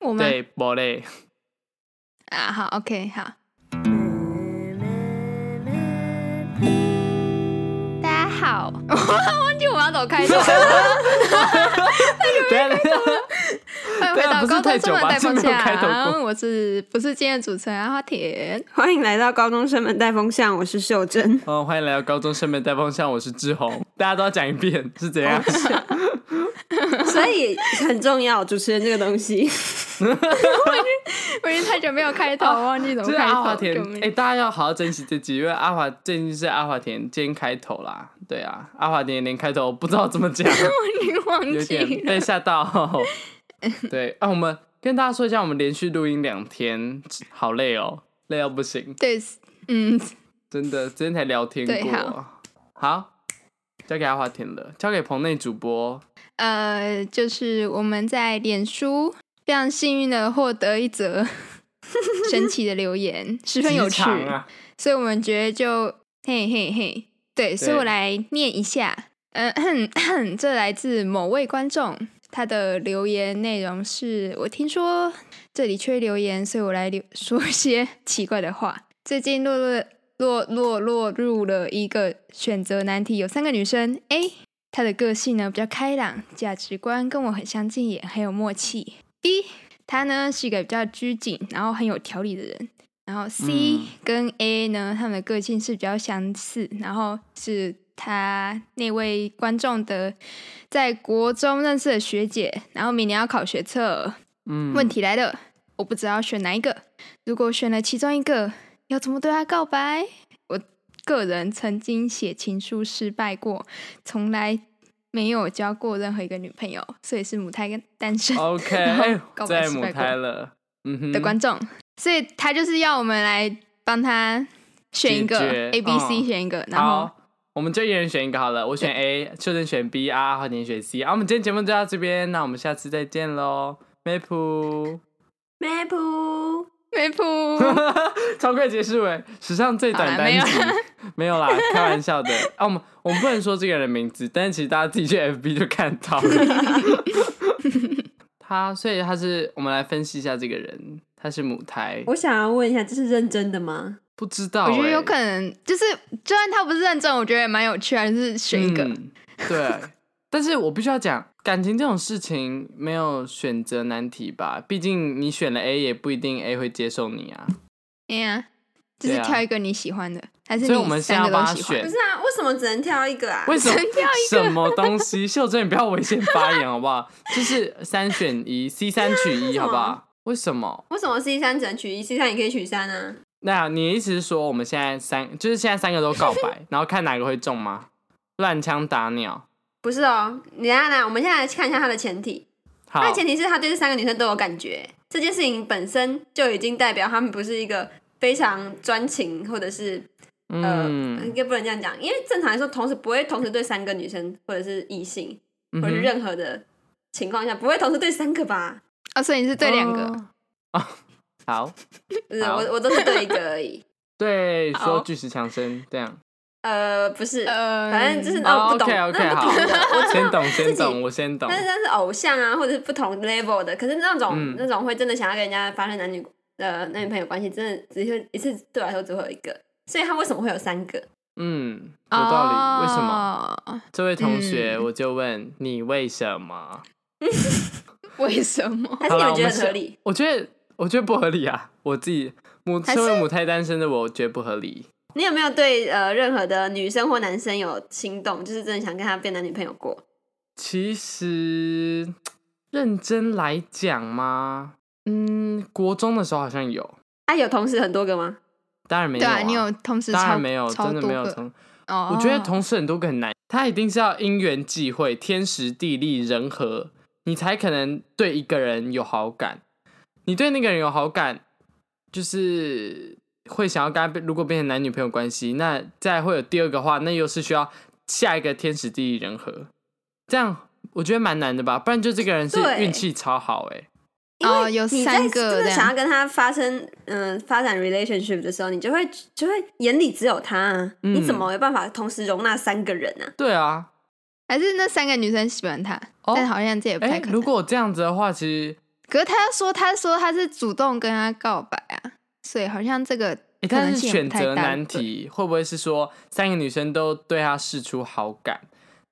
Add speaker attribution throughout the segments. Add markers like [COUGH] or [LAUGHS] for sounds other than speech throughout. Speaker 1: 我吗？
Speaker 2: 对，不累。
Speaker 1: 啊，好，OK，好。大家好，我忘记我们要怎么开
Speaker 2: [LAUGHS]
Speaker 1: 头了， [LAUGHS]
Speaker 2: 对啊，
Speaker 1: 欢迎回到
Speaker 2: 不是
Speaker 1: 高
Speaker 2: 太
Speaker 1: 中
Speaker 2: 久
Speaker 1: 生们
Speaker 2: 吧
Speaker 1: 带风
Speaker 2: 这没有开头
Speaker 1: 向，啊嗯我是不是今天的主持人阿花
Speaker 2: [LAUGHS]
Speaker 1: 田？
Speaker 3: [LAUGHS] 欢迎来到高中生们带风向，我是秀 [LAUGHS] 珍。
Speaker 2: 嗯，欢迎来到高中生们带风向，我是志宏，大家都要讲一遍是怎样？
Speaker 3: 所以很重要，主持人这个东 [LAUGHS] 西。
Speaker 1: 我已经太久没有开头，我忘记怎
Speaker 2: 就
Speaker 1: 么
Speaker 2: 哦是
Speaker 1: 开
Speaker 2: 阿
Speaker 1: 头
Speaker 2: 华
Speaker 1: 了。
Speaker 2: 田
Speaker 1: 哦救，命
Speaker 2: 哎、大家要好好珍惜这集，因为阿华最近是阿华田今天开头啦，对啊，阿华田连开头不知道怎么讲，
Speaker 1: 我已经 [LAUGHS] [LAUGHS] 忘
Speaker 2: 有
Speaker 1: 记
Speaker 2: 点
Speaker 1: 了。
Speaker 2: 被
Speaker 1: [LAUGHS]
Speaker 2: 吓到。对啊，我们跟大家说一下，我们连续录音两天，好累哦，累到不行，
Speaker 1: 对，嗯，
Speaker 2: 真的，今天才聊天
Speaker 1: 对
Speaker 2: 过。
Speaker 1: 好
Speaker 2: 好交给阿华田了，交给棚内主播。
Speaker 1: 呃，就是我们在脸书非常幸运的获得一则 [LAUGHS] 神奇的留言，十分有
Speaker 2: 机
Speaker 1: 趣。
Speaker 2: 场啊！
Speaker 1: 所以我们觉得就嘿嘿嘿，对，所以我来念一下，嗯、咳咳这来自某位观众，他的留言内容是：我听说这里缺留言，所以我来留说一些奇怪的话。最近落落落落落入了一个选择难题，有三个女生 A，她的个性呢比较开朗，价值观跟我很相近，也很有默契。B，她呢是一个比较拘谨，然后很有条理的人。然后 C
Speaker 2: 嗯
Speaker 1: 跟 A 呢，他们的个性是比较相似，然后是他那位观众的在国中认识的学姐，然后明年要考学测，
Speaker 2: 嗯，
Speaker 1: 问题来了，我不知道选哪一个。如果选了其中一个，要怎么对他告白？我个人曾经写情书失败过，从来没有交过任何一个女朋友，所以是母胎跟单身
Speaker 2: OK，
Speaker 1: 然后
Speaker 2: 哎
Speaker 1: 告白
Speaker 2: 在
Speaker 1: 失
Speaker 2: 母
Speaker 1: 败过
Speaker 2: 胎了，嗯哼，
Speaker 1: 的观众。所以他就是要我们来帮他选一个
Speaker 2: 解决
Speaker 1: A、B、C
Speaker 2: 嗯
Speaker 1: 选一个，然后
Speaker 2: 好，我们就一人选一个好了，我选 A，秋珍选 B，阿华田选 C。啊，我们今天节目就到这边，那我们下次再见喽，Map，
Speaker 3: Map，
Speaker 1: 梅普
Speaker 2: [LAUGHS] 超快结束哎，史上最短
Speaker 1: 好啦没有
Speaker 2: 单集，没有啦，开玩笑的。啊，我们我们不能说这个人的名字，但是其实大家自己去 FB 就看到
Speaker 1: [LAUGHS]
Speaker 2: 了。他，所以他是，我们来分析一下这个人，他是母胎，
Speaker 3: 我想要问一下，这是认真的吗？
Speaker 2: 不知道、欸，
Speaker 1: 我觉得有可能就是，就算他不是认证，我觉得也蛮有趣啊，就是选一个。
Speaker 2: 嗯
Speaker 1: [LAUGHS]
Speaker 2: 对，但是我必须要讲，感情这种事情没有选择难题吧？毕竟你选了 A，也不一定 A 会接受你啊。
Speaker 1: 哎呀，就是
Speaker 2: 对啊
Speaker 1: 挑一个你喜欢的，还是
Speaker 2: 所以我们
Speaker 1: 你
Speaker 2: 先
Speaker 1: 三
Speaker 2: 要
Speaker 1: 个都
Speaker 2: 帮他
Speaker 1: 喜欢？
Speaker 2: 选
Speaker 3: 不是啊，为什么只能挑一个啊？
Speaker 2: 为什么
Speaker 1: 删掉一个
Speaker 2: 什么东西？秀珍，你不要违宪发言好不好？就是三选一，C 三取
Speaker 1: 哦
Speaker 2: 一，好不好？为什么？
Speaker 3: 为什么 C 三只能取一，C 三也可以取三啊？
Speaker 2: 那你的意思是说，我们现在三，就是现在三个都告
Speaker 1: [LAUGHS]
Speaker 2: 白，然后看哪个会中吗？乱枪打鸟。
Speaker 3: 不是哦，你来来，我们现在来看一下它的前提。
Speaker 2: 好
Speaker 3: 它，的前提是他对这三个女生都有感觉，这件事情本身就已经代表他们不是一个非常专情，或者是呃，应
Speaker 2: 嗯，
Speaker 3: 该不能这样讲，因为正常来说，同时不会同时对三个女生或者是异性，
Speaker 2: 嗯
Speaker 3: 或者是
Speaker 2: 哼
Speaker 3: 任何的情况下，不会同时对三个吧？
Speaker 1: 哦，所以你是对两个，
Speaker 2: 哦 [LAUGHS] 啊。好，
Speaker 3: 不是，
Speaker 2: 好
Speaker 3: 我我都是对一个而已。 [LAUGHS]
Speaker 2: 对，说
Speaker 1: 好
Speaker 2: 巨石强森这样。
Speaker 3: 呃，不是，
Speaker 1: 呃，
Speaker 3: 反正就是
Speaker 2: 哦
Speaker 3: 哦，不懂，
Speaker 2: OK，OK，
Speaker 3: [LAUGHS] 那不同的， [LAUGHS] 我知
Speaker 2: 先
Speaker 3: 道
Speaker 2: 懂，先
Speaker 3: 自己
Speaker 2: 懂，我先懂
Speaker 3: 但。是但是偶像啊，或者是不同 level 的，可是那种、
Speaker 2: 嗯
Speaker 3: 那种会真的想要跟人家发生男女呃男女朋友关系，真的只是一次对我来说只会有一个，所以他为什么会有三个？
Speaker 2: 嗯，有
Speaker 1: 哦
Speaker 2: 道理。为什
Speaker 3: 嗯
Speaker 2: 么？？这位同学，
Speaker 1: 嗯
Speaker 2: 我就问你为什么？
Speaker 1: [LAUGHS] 为什么？
Speaker 3: 还是你
Speaker 2: 好啦
Speaker 3: 们觉
Speaker 2: 我
Speaker 3: 得
Speaker 2: 们
Speaker 3: 很合理？
Speaker 2: 我觉得，我觉得不合理啊！我自己母
Speaker 1: 还是
Speaker 2: 身为母胎单身的我，我觉得不合理。
Speaker 3: 你有没有对呃任何的女生或男生有心动，就是真的想跟他变男女朋友过？
Speaker 2: 其实认真来讲嘛，嗯，国中的时候好像有，
Speaker 3: 啊，有同时很多个吗？
Speaker 2: 当然没
Speaker 1: 对
Speaker 2: 有、
Speaker 1: 啊，你有同时
Speaker 2: 当
Speaker 1: 超
Speaker 2: 然没有，
Speaker 1: 超
Speaker 2: 真的
Speaker 1: 多
Speaker 2: 没有
Speaker 1: 个
Speaker 2: 从
Speaker 1: 哦，
Speaker 2: 我觉得同时很多个很难，他一定是要因缘际会、天时地利人和，你才可能对一个人有好感。你对那个人有好感，就是会想要跟他变，如果变成男女朋友关系，那再会有第二个话，那又是需要下一个天时地利人和，这样我觉得蛮难的吧？不然就这个人是
Speaker 3: 对
Speaker 2: 运气超好哎、
Speaker 3: 因为
Speaker 1: 哦有
Speaker 3: 你在
Speaker 1: 三个
Speaker 3: 真
Speaker 1: 这
Speaker 3: 的
Speaker 1: 样
Speaker 3: 想要跟他发生嗯、发展 relationship 的时候，你就会就会眼里只有他、啊，
Speaker 2: 嗯
Speaker 3: 你怎么有办法同时容纳三个人呢、啊？
Speaker 2: 对啊，
Speaker 1: 还是那三个女生喜欢他，
Speaker 2: 哦
Speaker 1: 但好像这也不
Speaker 2: 哎、
Speaker 1: 太可能。
Speaker 2: 如果这样子的话，其实
Speaker 1: 可是他说，他说他是主动跟他告白啊，所以好像这个
Speaker 2: 诶
Speaker 1: 可
Speaker 2: 但
Speaker 1: 能
Speaker 2: 是
Speaker 1: 性也
Speaker 2: 选
Speaker 1: 不太
Speaker 2: 择
Speaker 1: 大
Speaker 2: 难
Speaker 1: 对
Speaker 2: 题会不会是说三个女生都对他示出好感，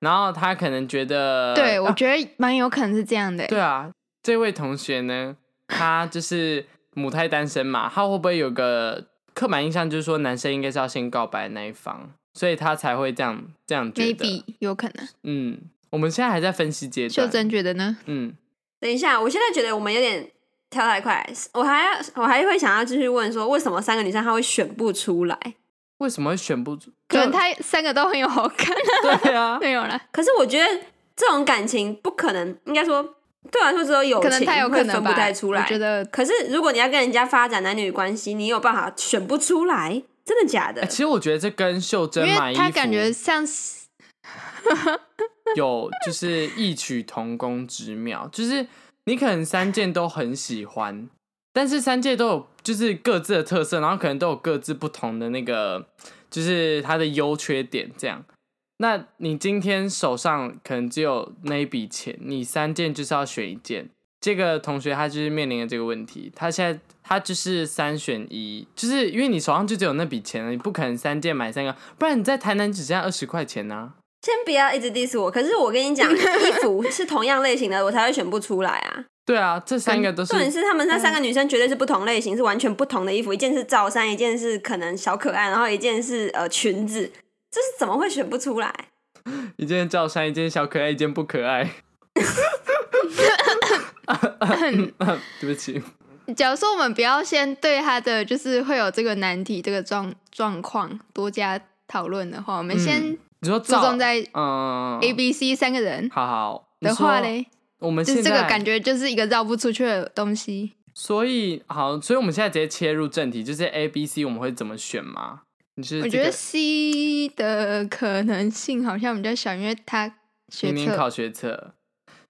Speaker 2: 然后他可能觉得，
Speaker 1: 对，我
Speaker 2: 啊
Speaker 1: 觉得蛮有可能是这样的、
Speaker 2: 对啊，这位同学呢，他就是母胎单身嘛，他会不会有个刻板印象，就是说男生应该是要先告白的那一方，所以他才会这样这样觉得
Speaker 1: maybe 有可能。
Speaker 2: 嗯，我们现在还在分析阶
Speaker 1: 秀
Speaker 2: 段，
Speaker 1: 珍觉得呢？
Speaker 2: 嗯，
Speaker 3: 等一下，我现在觉得我们有点跳太快，我还要我还会想要继续问说，为什么三个女生她会选不出来？
Speaker 2: 为什么会选不出？
Speaker 1: 可能
Speaker 2: 就
Speaker 1: 他三个都很有好看、 [LAUGHS] 啊，
Speaker 2: [LAUGHS] 对啊，
Speaker 1: 没有啦，
Speaker 3: 可是我觉得这种感情不可能，应该说对我来说只有友
Speaker 1: 可能
Speaker 3: 情
Speaker 1: 他有可
Speaker 3: 会
Speaker 1: 能
Speaker 3: 分
Speaker 1: 吧。
Speaker 3: 不太出来。
Speaker 1: 我觉得
Speaker 3: 可是如果你要跟人家发展男女关系，你有办法选不出来，真的假的？
Speaker 2: 欸其实我觉得这跟秀
Speaker 1: 因
Speaker 2: 珍买
Speaker 1: 为
Speaker 2: 衣
Speaker 1: 他感
Speaker 2: 服
Speaker 1: 觉像是
Speaker 2: 有就是异曲同工之妙，就是你可能三件都很喜欢，但是三件都有就是各自的特色，然后可能都有各自不同的那个就是它的优缺点这样。那你今天手上可能只有那一笔钱，你三件就是要选一件。这个同学他就是面临的这个问题，他现在他就是三选一，就是因为你手上就只有那笔钱了，你不可能三件买三个，不然你在台南只剩下二十块钱啊呢、
Speaker 3: 先不要一直 diss 我，可是我跟你 [LAUGHS] 讲，衣服是同样类型的，我才会选不出来啊。
Speaker 2: 对啊，这三个都是
Speaker 3: 重点是他们那三个女生绝对是不同类型，是完全不同的衣服，一件是罩衫，一件是可能小可爱，然后一件是呃裙子，这是怎么会选不出来？
Speaker 2: 一件罩衫，一件小可爱，一件不可
Speaker 1: [LAUGHS]
Speaker 2: 爱。 [LAUGHS] 对不起，
Speaker 1: 假如说我们不要先对他的就是会有这个难题这个状状况多加讨论的话，我们先
Speaker 2: 嗯你说
Speaker 1: 注
Speaker 2: 罩
Speaker 1: 重在
Speaker 2: 嗯
Speaker 1: A、B、C 三个人
Speaker 2: 好好
Speaker 1: 的话，
Speaker 2: 你说
Speaker 1: 嘞，
Speaker 2: 我们
Speaker 1: 就
Speaker 2: 现
Speaker 1: 是这个
Speaker 2: 在
Speaker 1: 感觉就是一个绕不出去的东西。
Speaker 2: 所以好，所以我们现在直接切入正题，就是 A、B、C 我们会怎么选吗？你是
Speaker 1: 我
Speaker 2: 这
Speaker 1: 觉得
Speaker 2: 个
Speaker 1: C 的可能性好像比较小，因为他学
Speaker 2: 明年
Speaker 1: 测，
Speaker 2: 考学测，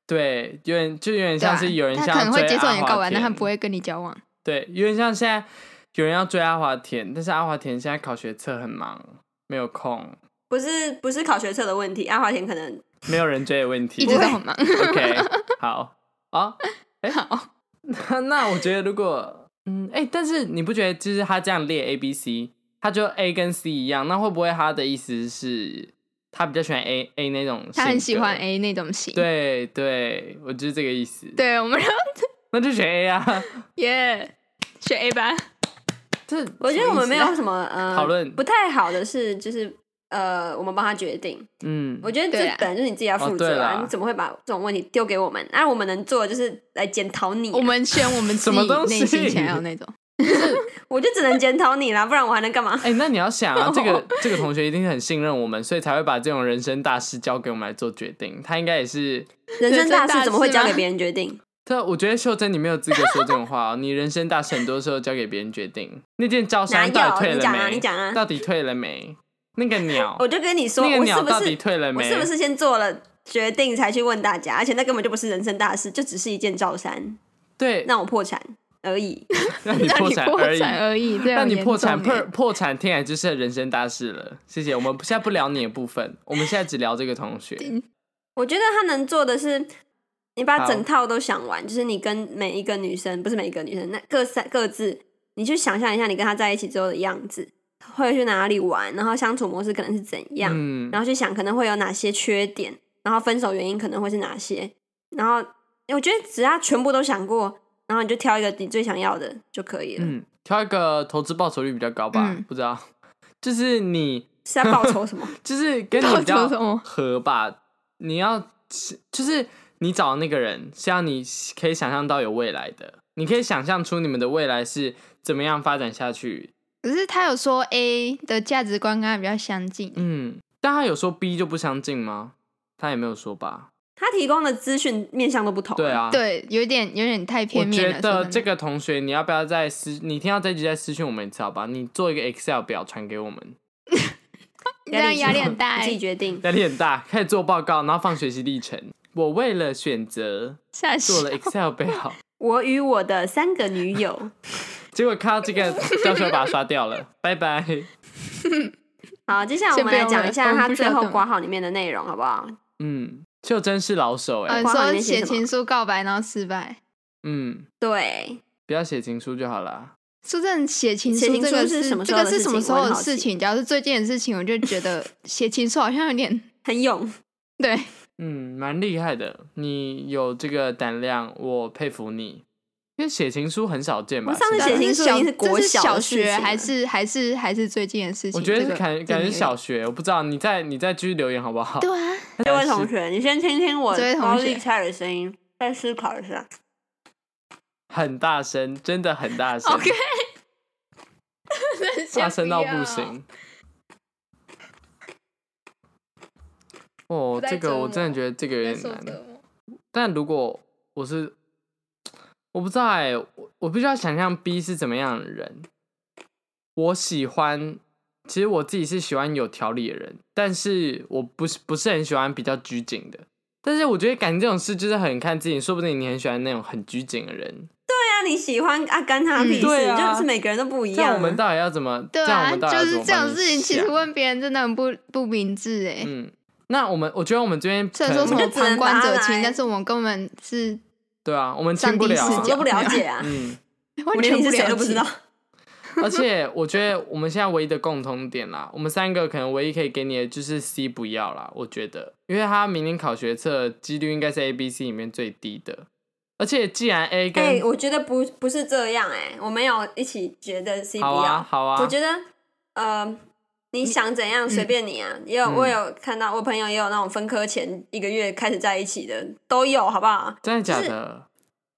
Speaker 2: 对，有点就有点
Speaker 1: 对
Speaker 2: 像
Speaker 1: 啊
Speaker 2: 是有人
Speaker 1: 他
Speaker 2: 像
Speaker 1: 可能会
Speaker 2: 追啊
Speaker 1: 接受
Speaker 2: 阿
Speaker 1: 你的告
Speaker 2: 华
Speaker 1: 白，但他
Speaker 2: 田
Speaker 1: 不会跟你交往。
Speaker 2: 对，有点像现在有人要追阿华田，但是阿华田现在考学测很忙，没有空，
Speaker 3: 不是不是考学测的问题，阿华田可能
Speaker 2: 没有人追的问题，
Speaker 1: 一直都很
Speaker 2: [LAUGHS]
Speaker 1: 忙。
Speaker 2: OK，好啊，
Speaker 1: 好，
Speaker 2: 那 [LAUGHS] 那我觉得如果嗯，哎、但是你不觉得就是他这样列 A、B、C，他就 A 跟 C 一样，那会不会他的意思是他比较喜欢 A A 那种？
Speaker 1: 他很喜欢。A 那种型。，
Speaker 2: 对对，我就是这个意思。，
Speaker 1: 对，我们 [LAUGHS] 就
Speaker 2: 那就选 A 啊。
Speaker 1: 耶，选 A 吧。
Speaker 2: 这
Speaker 3: 我觉得我们
Speaker 2: 什么
Speaker 3: 没
Speaker 2: 意
Speaker 3: 有
Speaker 2: 思啊
Speaker 3: 什么呃
Speaker 2: 讨论
Speaker 3: 不太好的是，就是呃我们帮他决定。
Speaker 2: 嗯，
Speaker 3: 我觉得这
Speaker 1: 对啊
Speaker 3: 本来就是你自己要负责
Speaker 2: 哦对啦
Speaker 3: 啊，你怎么会把这种问题丢给我们？那、我们能做的就是来检讨你啊、
Speaker 1: 我们选我们自
Speaker 2: 什么东
Speaker 1: 己内心
Speaker 2: 西
Speaker 1: 想要那种。
Speaker 3: 我就只能检讨你啦，不然我还能干嘛？
Speaker 2: 哎、那你要想啊，这个这个同学一定很信任我们，所以才会把这种人生大事交给我们来做决定。他应该也是
Speaker 3: 人生大
Speaker 1: 人生大
Speaker 3: 事怎么会
Speaker 1: 事
Speaker 3: 交
Speaker 1: 吗
Speaker 3: 给别人决定？
Speaker 2: 这啊我觉得秀珍你没有资格说这种
Speaker 3: [LAUGHS]
Speaker 2: 话哦，你人生大事很多时候交给别人决定。那件罩
Speaker 3: 哪
Speaker 2: 衫到底退
Speaker 3: 有？你
Speaker 2: 了
Speaker 3: 讲啊，
Speaker 2: 没？
Speaker 3: 你讲啊！
Speaker 2: 到底退了没？那个鸟，
Speaker 3: 我就跟你说，
Speaker 2: 那个
Speaker 3: 我是
Speaker 2: 鸟
Speaker 3: 不
Speaker 2: 到底
Speaker 3: 是
Speaker 2: 退了
Speaker 3: 我
Speaker 2: 没？
Speaker 3: 是不是先做了决定才去问大家？而且那根本就不是人生大事，就只是一件罩衫，
Speaker 2: 对，
Speaker 3: 让我破产而已。
Speaker 2: 让你
Speaker 1: 让
Speaker 2: [LAUGHS] 破
Speaker 1: 你
Speaker 2: 产
Speaker 1: 破
Speaker 2: 而已，
Speaker 1: 产而
Speaker 2: [LAUGHS]
Speaker 1: 已，对，
Speaker 2: 让你破产破
Speaker 1: 而
Speaker 2: 破产，听起来就是人生大事了。谢谢，我们现在不聊你的部分，我们现在只聊这个同
Speaker 3: [LAUGHS]
Speaker 2: 学。
Speaker 3: 我觉得他能做的是，你把
Speaker 2: 好
Speaker 3: 整套都想完，就是你跟每一个女生，不是每一个女生，那各三各自，你去想象一下你跟她在一起之后的样子，会去哪里玩，然后相处模式可能是怎样，
Speaker 2: 嗯，
Speaker 3: 然后去想可能会有哪些缺点，然后分手原因可能会是哪些，然后我觉得只要全部都想过，然后你就挑一个你最想要的就可以了，
Speaker 2: 嗯，挑一个投资报酬率比较高吧
Speaker 1: 嗯，
Speaker 2: 不知道，就是你
Speaker 3: 是要
Speaker 2: [LAUGHS]
Speaker 3: 报仇什么？
Speaker 2: 就是跟你比
Speaker 1: 到
Speaker 2: 较
Speaker 1: 底有什么
Speaker 2: 合吧。你要就是你找的那个人是要你可以想象到有未来的，你可以想象出你们的未来是怎么样发展下去。
Speaker 1: 可是他有说 A 的价值观跟他比较相近，
Speaker 2: 嗯，但他有说 B 就不相近吗？他也没有说吧。
Speaker 3: 他提供的资讯面向都不同、
Speaker 2: 对，啊，。
Speaker 1: 对，有点有点太
Speaker 2: 我
Speaker 1: 片面
Speaker 2: 觉
Speaker 1: 了。说
Speaker 2: 得
Speaker 1: 真的
Speaker 2: 这个同学，你要不要再私？你听到这集再私讯我们一次，好吧？你做一个 Excel 表传给我们，
Speaker 1: 这样啊压力很大
Speaker 3: 你自己
Speaker 1: 欸，
Speaker 3: 决定。
Speaker 2: 压力很大，开始做报告，然后放学习历程。我为了选择
Speaker 1: 下次
Speaker 2: 做了 Excel 表，
Speaker 3: 我与我的三个女友。
Speaker 2: 结果看到这个教授把它刷掉了，拜拜。
Speaker 3: 好，接下来我们来讲一下他最后挂号里面的内容，好不好？
Speaker 2: 嗯，秀珍是老手哎、
Speaker 1: 呃，
Speaker 3: 花花里
Speaker 1: 说
Speaker 3: 面写
Speaker 1: 写
Speaker 3: 什么
Speaker 1: 情书告白然后失败，
Speaker 2: 嗯，
Speaker 3: 对，
Speaker 2: 不要写情书就好啦。
Speaker 1: 苏正写情
Speaker 3: 写
Speaker 1: 书
Speaker 3: 情
Speaker 1: 这个
Speaker 3: 书是什么时
Speaker 1: 这
Speaker 3: 候
Speaker 1: 个是
Speaker 3: 的事
Speaker 1: 什么
Speaker 3: 情
Speaker 1: 时
Speaker 3: 我
Speaker 1: 候
Speaker 3: 很
Speaker 1: 的
Speaker 3: 好
Speaker 1: 事
Speaker 3: 奇
Speaker 1: 情？只要是最近的事情，我就觉
Speaker 3: [LAUGHS]
Speaker 1: 得写情书好像有点
Speaker 3: 很勇，
Speaker 1: 对。
Speaker 2: 嗯，蛮厉害的，你有这个胆量，我佩服你。因为写情书很少见吧？
Speaker 3: 我上次
Speaker 2: 现在
Speaker 3: 写情书
Speaker 1: 这
Speaker 3: 已经是
Speaker 1: 是
Speaker 3: 国
Speaker 1: 小
Speaker 3: 小
Speaker 1: 这
Speaker 3: 的
Speaker 1: 是
Speaker 3: 事情啊
Speaker 1: 学
Speaker 3: 了
Speaker 1: 还是还是还是最近的事情？
Speaker 2: 我觉得
Speaker 1: 这
Speaker 2: 是
Speaker 1: 个
Speaker 2: 感
Speaker 1: 真的
Speaker 2: 感觉
Speaker 1: 有
Speaker 2: 是
Speaker 1: 点
Speaker 2: 小学，我不知道，你再你再继续留言好
Speaker 1: [LAUGHS]
Speaker 2: 不好？
Speaker 1: 对啊，
Speaker 3: 这位同学，你先听听我
Speaker 1: 这位同
Speaker 3: 高
Speaker 1: 学
Speaker 3: 丽菜的声音，再思考一下。
Speaker 2: 很大声，真的很大声
Speaker 1: OK，
Speaker 2: [LAUGHS] 大声到不
Speaker 1: 先要。
Speaker 2: 行。哦
Speaker 1: 不，带
Speaker 2: 这个
Speaker 1: 折
Speaker 2: 我真的
Speaker 1: 磨
Speaker 2: 觉得这个有点
Speaker 1: 在说
Speaker 2: 难
Speaker 1: 折。磨
Speaker 2: 但如果我是，我不知道哎、我我必须要想象 B 是怎么样的人。我喜欢，其实我自己是喜欢有条理的人，但是我不是不是很喜欢比较拘谨的。但是我觉得感情这种事就是很看自己，说不定你很喜欢那种很拘谨的人。
Speaker 3: 那你喜欢啊，干他屁
Speaker 1: 嗯
Speaker 3: 事，
Speaker 2: 对啊
Speaker 3: 就是每个人都不一
Speaker 2: 这样
Speaker 3: 样啊。
Speaker 2: 我们到底要怎么？
Speaker 1: 对
Speaker 2: 这样我
Speaker 1: 啊，
Speaker 2: 们到底要
Speaker 1: 就
Speaker 2: 怎
Speaker 1: 是
Speaker 2: 么
Speaker 1: 这种
Speaker 2: 帮你
Speaker 1: 事情，其
Speaker 2: 想
Speaker 1: 实问别人真的很不不明智哎。
Speaker 2: 嗯，那我们我觉得我们这边
Speaker 1: 虽
Speaker 2: 可
Speaker 1: 然说
Speaker 2: 能
Speaker 1: 什么
Speaker 3: 就只能啊
Speaker 1: 旁观
Speaker 3: 把
Speaker 1: 者
Speaker 3: 它
Speaker 1: 清
Speaker 3: 来，
Speaker 1: 但是我们根本是
Speaker 2: 对啊，我们
Speaker 1: 上
Speaker 2: 听不
Speaker 1: 帝
Speaker 2: 了、
Speaker 1: 视
Speaker 3: 我
Speaker 2: 啊
Speaker 1: 角，
Speaker 3: 都不了解
Speaker 1: [LAUGHS]
Speaker 3: 啊，
Speaker 2: 嗯，
Speaker 1: 完
Speaker 3: [LAUGHS] 我
Speaker 1: 全
Speaker 3: 连你
Speaker 1: 不
Speaker 3: 是谁
Speaker 1: 了
Speaker 3: 都不知
Speaker 1: 解
Speaker 3: 道。。
Speaker 2: [LAUGHS] 而且我觉得我们现在唯一的共同点啦，我们三个可能唯一可以给你的就是 C 不要啦，我觉得，因为他明年考学测几率应该是 A、B、C 里面最低的。而且既然 A 跟、
Speaker 3: 哎，我觉得不不是这样哎，我没有一起觉得 C 不
Speaker 2: 好啊
Speaker 3: 要。
Speaker 2: 好啊，
Speaker 3: 我觉得呃，你想怎样随便你啊。也有
Speaker 2: 嗯
Speaker 3: 我有看到，我朋友也有那种分科前一个月开始在一起的，都有，好不好？
Speaker 2: 真的假
Speaker 3: 就
Speaker 2: 的？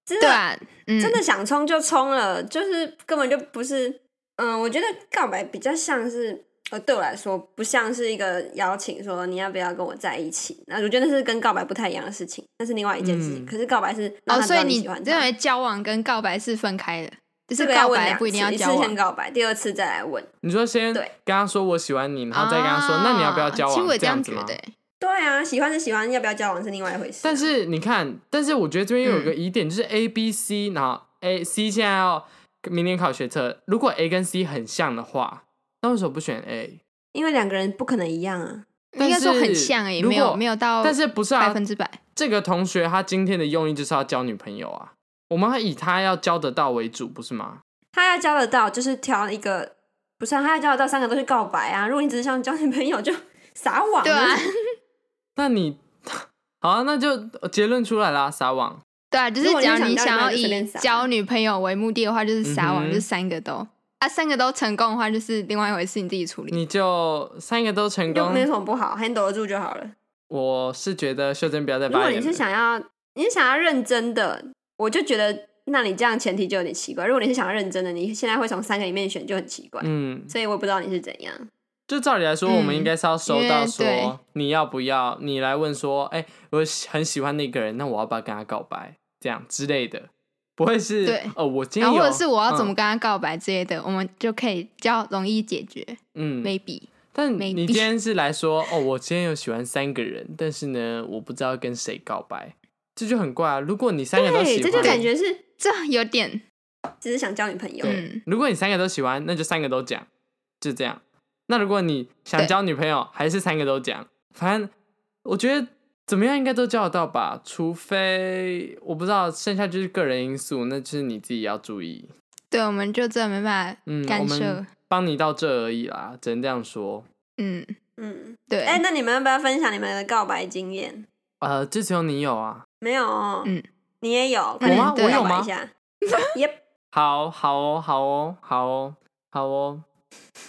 Speaker 3: 真
Speaker 1: 对
Speaker 3: 的
Speaker 1: 啊，嗯，
Speaker 3: 真的想冲就冲了，就是根本就不是，嗯，我觉得告白比较像是，呃，对我来说不像是一个邀请，说你要不要跟我在一起。那我觉得那是跟告白不太一样的事情，那是另外一件事
Speaker 2: 嗯
Speaker 3: 情。可是告白是让
Speaker 1: 哦，
Speaker 3: 他知
Speaker 1: 所以
Speaker 3: 道你
Speaker 1: 你
Speaker 3: 喜欢
Speaker 1: 认
Speaker 3: 他，
Speaker 1: 为交往跟告白是分开的，就是
Speaker 3: 这个要
Speaker 1: 告
Speaker 3: 问
Speaker 1: 白
Speaker 3: 两
Speaker 1: 不一定
Speaker 3: 次
Speaker 1: 要
Speaker 3: 一
Speaker 1: 交
Speaker 3: 次先
Speaker 1: 往。
Speaker 3: 告白，第二次再来问。
Speaker 2: 你说先
Speaker 3: 对
Speaker 2: 跟他说我喜欢你，然后再跟他说、
Speaker 1: 啊
Speaker 2: 那你要不要交往？
Speaker 1: 其实我也这
Speaker 2: 这样子
Speaker 1: 觉
Speaker 2: 吗？
Speaker 1: 得欸，
Speaker 3: 对啊，喜欢是喜欢，要不要交往是另外一回事。
Speaker 2: 但是你看，但是我觉得这边又有一个疑点，就是 A、B、C，然后 A、C 现在要明年考学测，如果 A 跟 C 很像的话，那为什么不选 A？
Speaker 3: 因为两个人不可能一样啊，
Speaker 1: 应该说
Speaker 2: 但是
Speaker 1: 很像诶，
Speaker 2: 如果
Speaker 1: 没有没有到，
Speaker 2: 但是不是
Speaker 1: 哦百
Speaker 2: 啊？
Speaker 1: 分之百。
Speaker 2: 这个同学他今天的用意就是要交女朋友啊，我们要以他要交得到为主，不是吗？
Speaker 3: 他要交得到就是挑一个，不是、啊、他要交得到三个都去告白啊。如果你只是想交女朋友就 [LAUGHS] 撒网，
Speaker 1: 对啊，
Speaker 2: 那你 [LAUGHS] 好、啊，那就结论出来啦，撒网。
Speaker 1: 对啊，就
Speaker 3: 如
Speaker 1: 是
Speaker 3: 果
Speaker 1: 只
Speaker 3: 你
Speaker 1: 要
Speaker 3: 想
Speaker 1: 你
Speaker 3: 交
Speaker 1: 想
Speaker 3: 女
Speaker 1: 要
Speaker 3: 朋友就随
Speaker 1: 以
Speaker 3: 便撒
Speaker 1: 交女朋友为目的的话，就是撒
Speaker 2: 嗯
Speaker 1: 网，
Speaker 2: 哼
Speaker 1: 就是三个都啊，三个都成功的话，就是另外一回事，你自己处理。
Speaker 2: 你就三个都成
Speaker 3: 又
Speaker 2: 功
Speaker 3: 没，有什么不好，handle 得住就好了。
Speaker 2: 我是觉得秀珍不要再
Speaker 3: 如果
Speaker 2: 发
Speaker 3: 你
Speaker 2: 言
Speaker 3: 是
Speaker 2: 了。
Speaker 3: 想要，你是想要认真的，我就觉得，那你这样前提就有点奇怪。如果你是想要认真的，你现在会从三个里面选就很奇怪。
Speaker 2: 嗯，
Speaker 3: 所以我也不知道你是怎样。
Speaker 2: 就照理来说，
Speaker 1: 嗯
Speaker 2: 我们应该是要收
Speaker 1: 因
Speaker 2: 到
Speaker 1: 为嗯对
Speaker 2: 说你要不要，你来问说，哎、我喜很喜欢那个人，那我要不要跟他告白，这样之类的，不会是
Speaker 1: 对
Speaker 2: 哦，我今
Speaker 1: 然
Speaker 2: 天
Speaker 1: 后或
Speaker 2: 有
Speaker 1: 者是我要怎么
Speaker 2: 嗯
Speaker 1: 跟他告白之类的，我们就可以比较容易解决
Speaker 2: 嗯
Speaker 1: ，maybe。
Speaker 2: 但你
Speaker 1: maybe
Speaker 2: 今天是来说哦，我今天有喜欢三个人，但是呢，我不知道跟谁告白，这就很怪啊。如果你三个都喜欢，
Speaker 3: 对，这就感觉是
Speaker 1: 这有点，
Speaker 3: 只是想交女朋友。
Speaker 2: 对
Speaker 1: 嗯
Speaker 2: 如果你三个都喜欢，那就三个都讲，就这样。那如果你想
Speaker 1: 对
Speaker 2: 交女朋友，还是三个都讲，反正我觉得怎么样应该都交得到吧，除非我不知道，剩下就是个人因素，那就是你自己要注意。
Speaker 1: 对，我们就真的没办法
Speaker 2: 嗯，我
Speaker 1: 干涉
Speaker 2: 们，帮你到这而已啦，只能这样说。
Speaker 1: 嗯，
Speaker 3: 嗯，
Speaker 1: 对，
Speaker 3: 哎、那你们要不要分享你们的告白经验？
Speaker 2: 呃，就只有你有啊，
Speaker 3: 没有、哦，
Speaker 1: 嗯，
Speaker 3: 你也有，
Speaker 1: 我吗
Speaker 3: 快点
Speaker 1: 我有
Speaker 3: 告白
Speaker 2: 吗
Speaker 3: 一下
Speaker 2: [LAUGHS]
Speaker 3: Yep，
Speaker 2: 好好哦，好哦，好哦，好哦，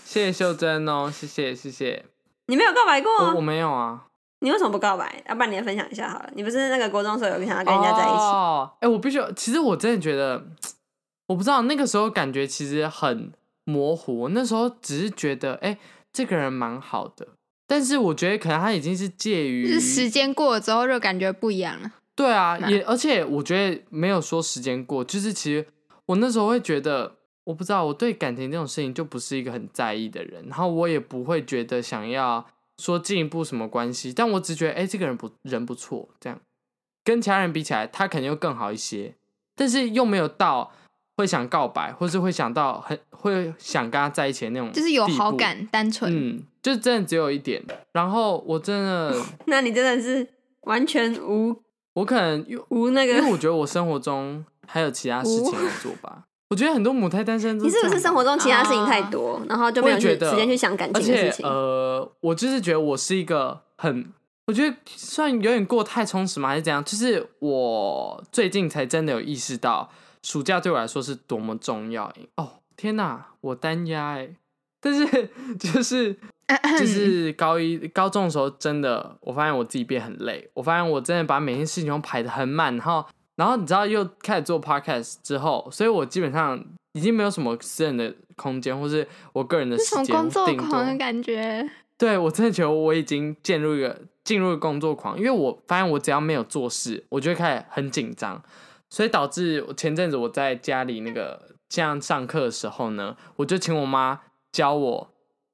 Speaker 2: 谢谢秀珍哦，谢谢谢谢，
Speaker 3: 你没有告白过、
Speaker 2: 我我没有啊，
Speaker 3: 你为什么不告白？啊要、不然你也分享一下好了。你不是那个国中时候有想要跟人家在一起？
Speaker 2: 哦，哎、我必须要，其实我真的觉得，我不知道那个时候感觉其实很模糊，那时候只是觉得，哎、这个人蛮好的，但是我觉得可能他已经是介于
Speaker 1: 就是时间过了之后就感觉不一样了。
Speaker 2: 对啊，
Speaker 1: 嘛
Speaker 2: 也而且我觉得没有说时间过，就是其实我那时候会觉得，我不知道我对感情这种事情就不是一个很在意的人，然后我也不会觉得想要说进一步什么关系，但我只觉得哎、诶这个人不人不错，这样跟其他人比起来，他肯定又更好一些，但是又没有到会想告白，或是会想到很会想跟他在一起的那种，
Speaker 1: 就是有好。感，单纯。
Speaker 2: 嗯，就真的只有一点。然后我真
Speaker 1: [SIGHS]
Speaker 2: 的，
Speaker 3: 那你真的是完全无
Speaker 2: 我可能又
Speaker 3: 无那
Speaker 2: 因为
Speaker 3: 个 [LAUGHS]
Speaker 2: 我觉得我生活中还有其他事情要做吧。我觉得很多母胎单身都
Speaker 3: 哦你
Speaker 2: 这
Speaker 3: 是
Speaker 2: 样吧，
Speaker 3: 不是生活中其他事情太多，然后
Speaker 2: 啊
Speaker 3: 就
Speaker 2: 我
Speaker 3: 没
Speaker 2: 也
Speaker 3: 有去
Speaker 2: 觉得
Speaker 3: 时间去想感
Speaker 2: 而
Speaker 3: 情的
Speaker 2: 且
Speaker 3: 事情？
Speaker 2: 呃，我就是觉得我是一个很，我觉得算有点过太充实嘛，还是怎样？就是我最近才真的有意识到，暑假对我来说是多么重要。哦，天哪，我单压哎、但是就是
Speaker 1: [LAUGHS]
Speaker 2: 就是高一高中的时候，真的我发现我自己变很累，我发现我真的把每件事情都排得很满，然后然后你知道又开始做 podcast 之后，所以我基本上已经没有什么私人的空间，或是我个人的
Speaker 1: 这
Speaker 2: 时
Speaker 1: 种
Speaker 2: 间
Speaker 1: 工作
Speaker 2: 顶多
Speaker 1: 狂的感觉，
Speaker 2: 对我真的觉得我已经进入一个进入一个工作狂，因为我发现我只要没有做事，我就会开始很紧张，所以导致我前阵子我在家里那个这样上课的时候呢，我就请我妈教我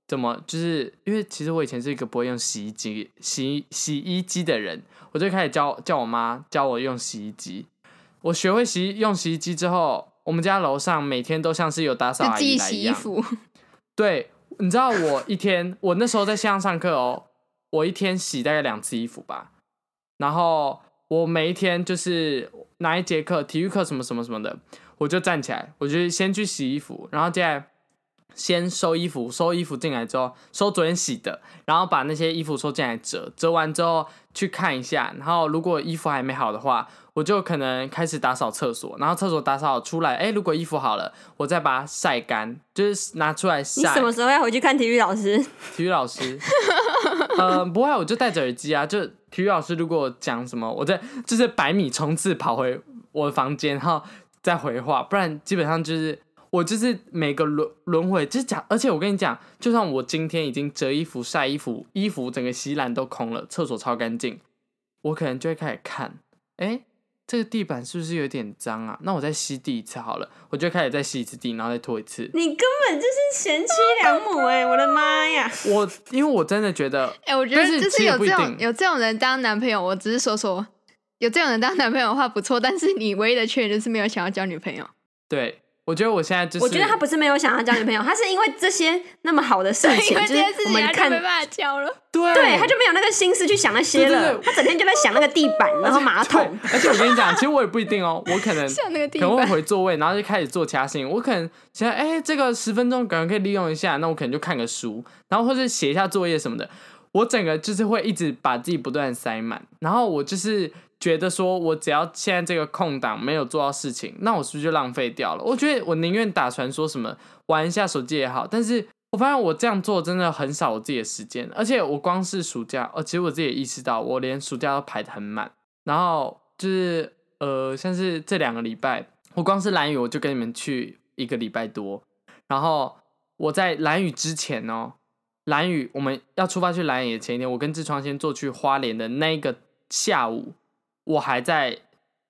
Speaker 2: 怎么，就是因为其实我以前是一个不会用洗衣机、洗洗衣机的人，我就开始教叫我妈教我用洗衣机。我学会洗用洗衣机之后，我们家楼上每天都像是有打扫
Speaker 1: 就
Speaker 2: 阿
Speaker 1: 自
Speaker 2: 姨
Speaker 1: 己
Speaker 2: 来一
Speaker 1: 洗衣
Speaker 2: 样。
Speaker 1: 服，
Speaker 2: 对，你知道我一天，我那时候在线上上课哦，我一天洗大概两次衣服吧，然后我每一天就是哪一节课，体育课什么什么什么的，我就站起来，我就先去洗衣服，然后接下来先收衣服，收衣服进来之后，收昨天洗的，然后把那些衣服收进来折，折完之后去看一下，然后如果衣服还没好的话，我就可能开始打扫厕所，然后厕所打扫出来，哎，如果衣服好了，我再把它晒干，就是拿出来晒。
Speaker 3: 你什么时候要回去看体育老师？
Speaker 2: 体育老师， [LAUGHS] 呃，不会啊，我就戴着耳机啊。就体育老师如果讲什么，我在就是百米冲刺跑回我的房间，然后再回话，不然基本上就是我就是每个轮轮回，就是讲，而且我跟你讲，就算我今天已经折衣服、晒衣服，衣服整个洗懒都空了，厕所超干净，我可能就会开始看，哎、这个地板是不是有点脏啊？那我再吸地一次好了，我就开始再吸一次地，然后再拖一次。
Speaker 3: [LAUGHS] 你根本就是贤妻良母哎、我的妈呀！
Speaker 2: 我因为我真的觉得，
Speaker 1: 哎、我觉得
Speaker 2: 但是
Speaker 1: 就
Speaker 2: 其实
Speaker 1: 是
Speaker 2: 也
Speaker 1: 有
Speaker 2: 不一
Speaker 1: 这种
Speaker 2: 定
Speaker 1: 有这种人当男朋友，我只是说说，有这种人当男朋友的话不错，但是你唯一的缺点就是没有想要交女朋友。
Speaker 2: 对，我觉得我现在就是，
Speaker 3: 我觉得他不是没有想要交女朋友，他是因为这些那么好的事
Speaker 2: [LAUGHS]
Speaker 3: 情，
Speaker 1: [LAUGHS] 因为这
Speaker 3: 就是
Speaker 1: 件事
Speaker 3: 我
Speaker 1: 情
Speaker 3: 们
Speaker 1: 他就
Speaker 3: 看
Speaker 1: 没办法交了。
Speaker 2: 对，
Speaker 3: 对，他就没有那个心思去想那些了，
Speaker 2: 对对对
Speaker 3: 他整天就在想那个地板，然后马
Speaker 2: [LAUGHS] 对
Speaker 3: 桶。。
Speaker 2: 而且我跟你讲，其实我也不一定哦，我可
Speaker 3: [LAUGHS]
Speaker 2: 能
Speaker 1: 像那个地
Speaker 2: 可能会
Speaker 1: 板
Speaker 2: 回座位，然后就开始做其他事情。我可能想，哎、这个十分钟可能可以利用一下，那我可能就看个书，然后或者写一下作业什么的。我整个就是会一直把自己不断地塞满，然后我就是觉得说，我只要现在这个空档没有做到事情，那我是不是就浪费掉了？我觉得我宁愿打传说什么玩一下手机也好，但是我发现我这样做真的很少我自己的时间，而且我光是暑假，哦，其实我自己也意识到，我连暑假都排得很满。然后就是呃，像是这两个礼拜，我光是蓝雨我就跟你们去一个礼拜多，然后我在蓝雨之前哦，蓝雨我们要出发去蓝雨的前一天，我跟痔疮先坐去花莲的那一个下午，我还在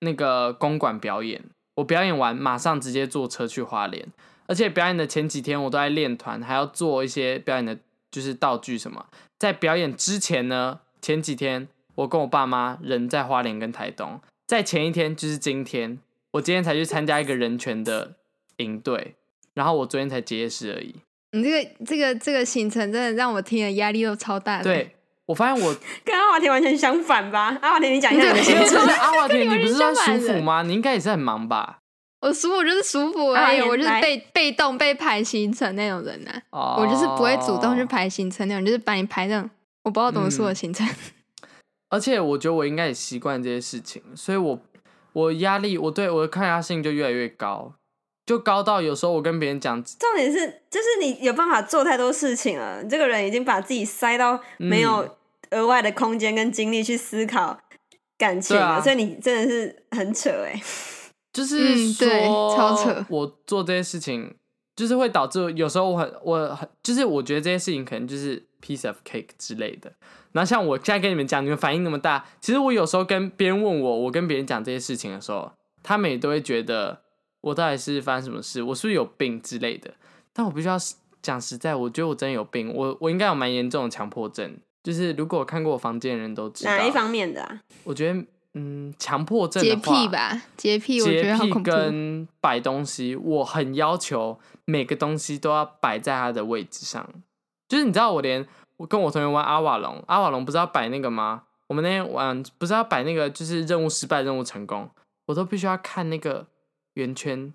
Speaker 2: 那个公馆表演，我表演完马上直接坐车去花莲，而且表演的前几天我都在练团，还要做一些表演的，就是道具什么。在表演之前呢，前几天我跟我爸妈人在花莲跟台东，在前一天就是今天，我今天才去参加一个人权的营队，然后我昨天才结业式而已。
Speaker 1: 你这个这个这个行程真的让我听了压力都超大的。，
Speaker 2: 对我
Speaker 1: [LAUGHS]
Speaker 2: 发现我
Speaker 3: 跟阿华田完全相反吧？阿华田，你讲一下你的
Speaker 1: 对
Speaker 3: 心
Speaker 2: 没有就
Speaker 3: 情。
Speaker 2: 是阿华田，
Speaker 1: 跟你完全
Speaker 2: 你不是在
Speaker 1: 相
Speaker 2: 舒
Speaker 1: 反
Speaker 2: 服吗？你应该也是很忙吧？
Speaker 1: 我舒服就是舒服
Speaker 3: 啊
Speaker 1: 而已，
Speaker 3: 也
Speaker 1: 我就是
Speaker 3: 来
Speaker 1: 被被动被排行程那种人啊，
Speaker 2: 哦，
Speaker 1: 我就是不会主动去排行程那种，就是把你排那种我不知道怎么
Speaker 2: 嗯
Speaker 1: 说的行程。
Speaker 2: 而且我觉得我应该也习惯这些事情，所以我我压力，我对我的抗压性就越来越高，就高到有时候我跟别人讲，
Speaker 3: 重点是，就是你有办法做太多事情了，你这个人已经把自己塞到
Speaker 2: 嗯
Speaker 3: 没有额外的空间跟精力去思考感情了，
Speaker 2: 对啊
Speaker 3: 所以你真的是很扯哎、
Speaker 2: 就是
Speaker 1: 嗯
Speaker 2: 说、
Speaker 1: 对超扯
Speaker 2: 我做这些事情就是会导致有时候我很我很就是我觉得这些事情可能就是 piece of cake 之类的。然后像我现在跟你们讲，你们反应那么大，其实我有时候跟别人问我，我跟别人讲这些事情的时候，他们也都会觉得我到底是发生什么事，我是不是有病之类的。但我必须要讲实在，我觉得我真的有病，我我应该有蛮严重的强迫症。就是如果看过我房间的人都知道，
Speaker 3: 哪一方面的啊？
Speaker 2: 我觉得嗯，强迫症
Speaker 1: 洁
Speaker 2: 的话
Speaker 1: 癖吧，洁癖我觉
Speaker 2: 洁
Speaker 1: 得好
Speaker 2: 癖
Speaker 1: 恐怖。
Speaker 2: 跟摆东西，我很要求每个东西都要摆在它的位置上。就是你知道，我连我跟我同学玩阿瓦隆，阿瓦隆不是要摆那个吗？我们那天玩不是要摆那个，就是任务失败、任务成功，我都必须要看那个圆圈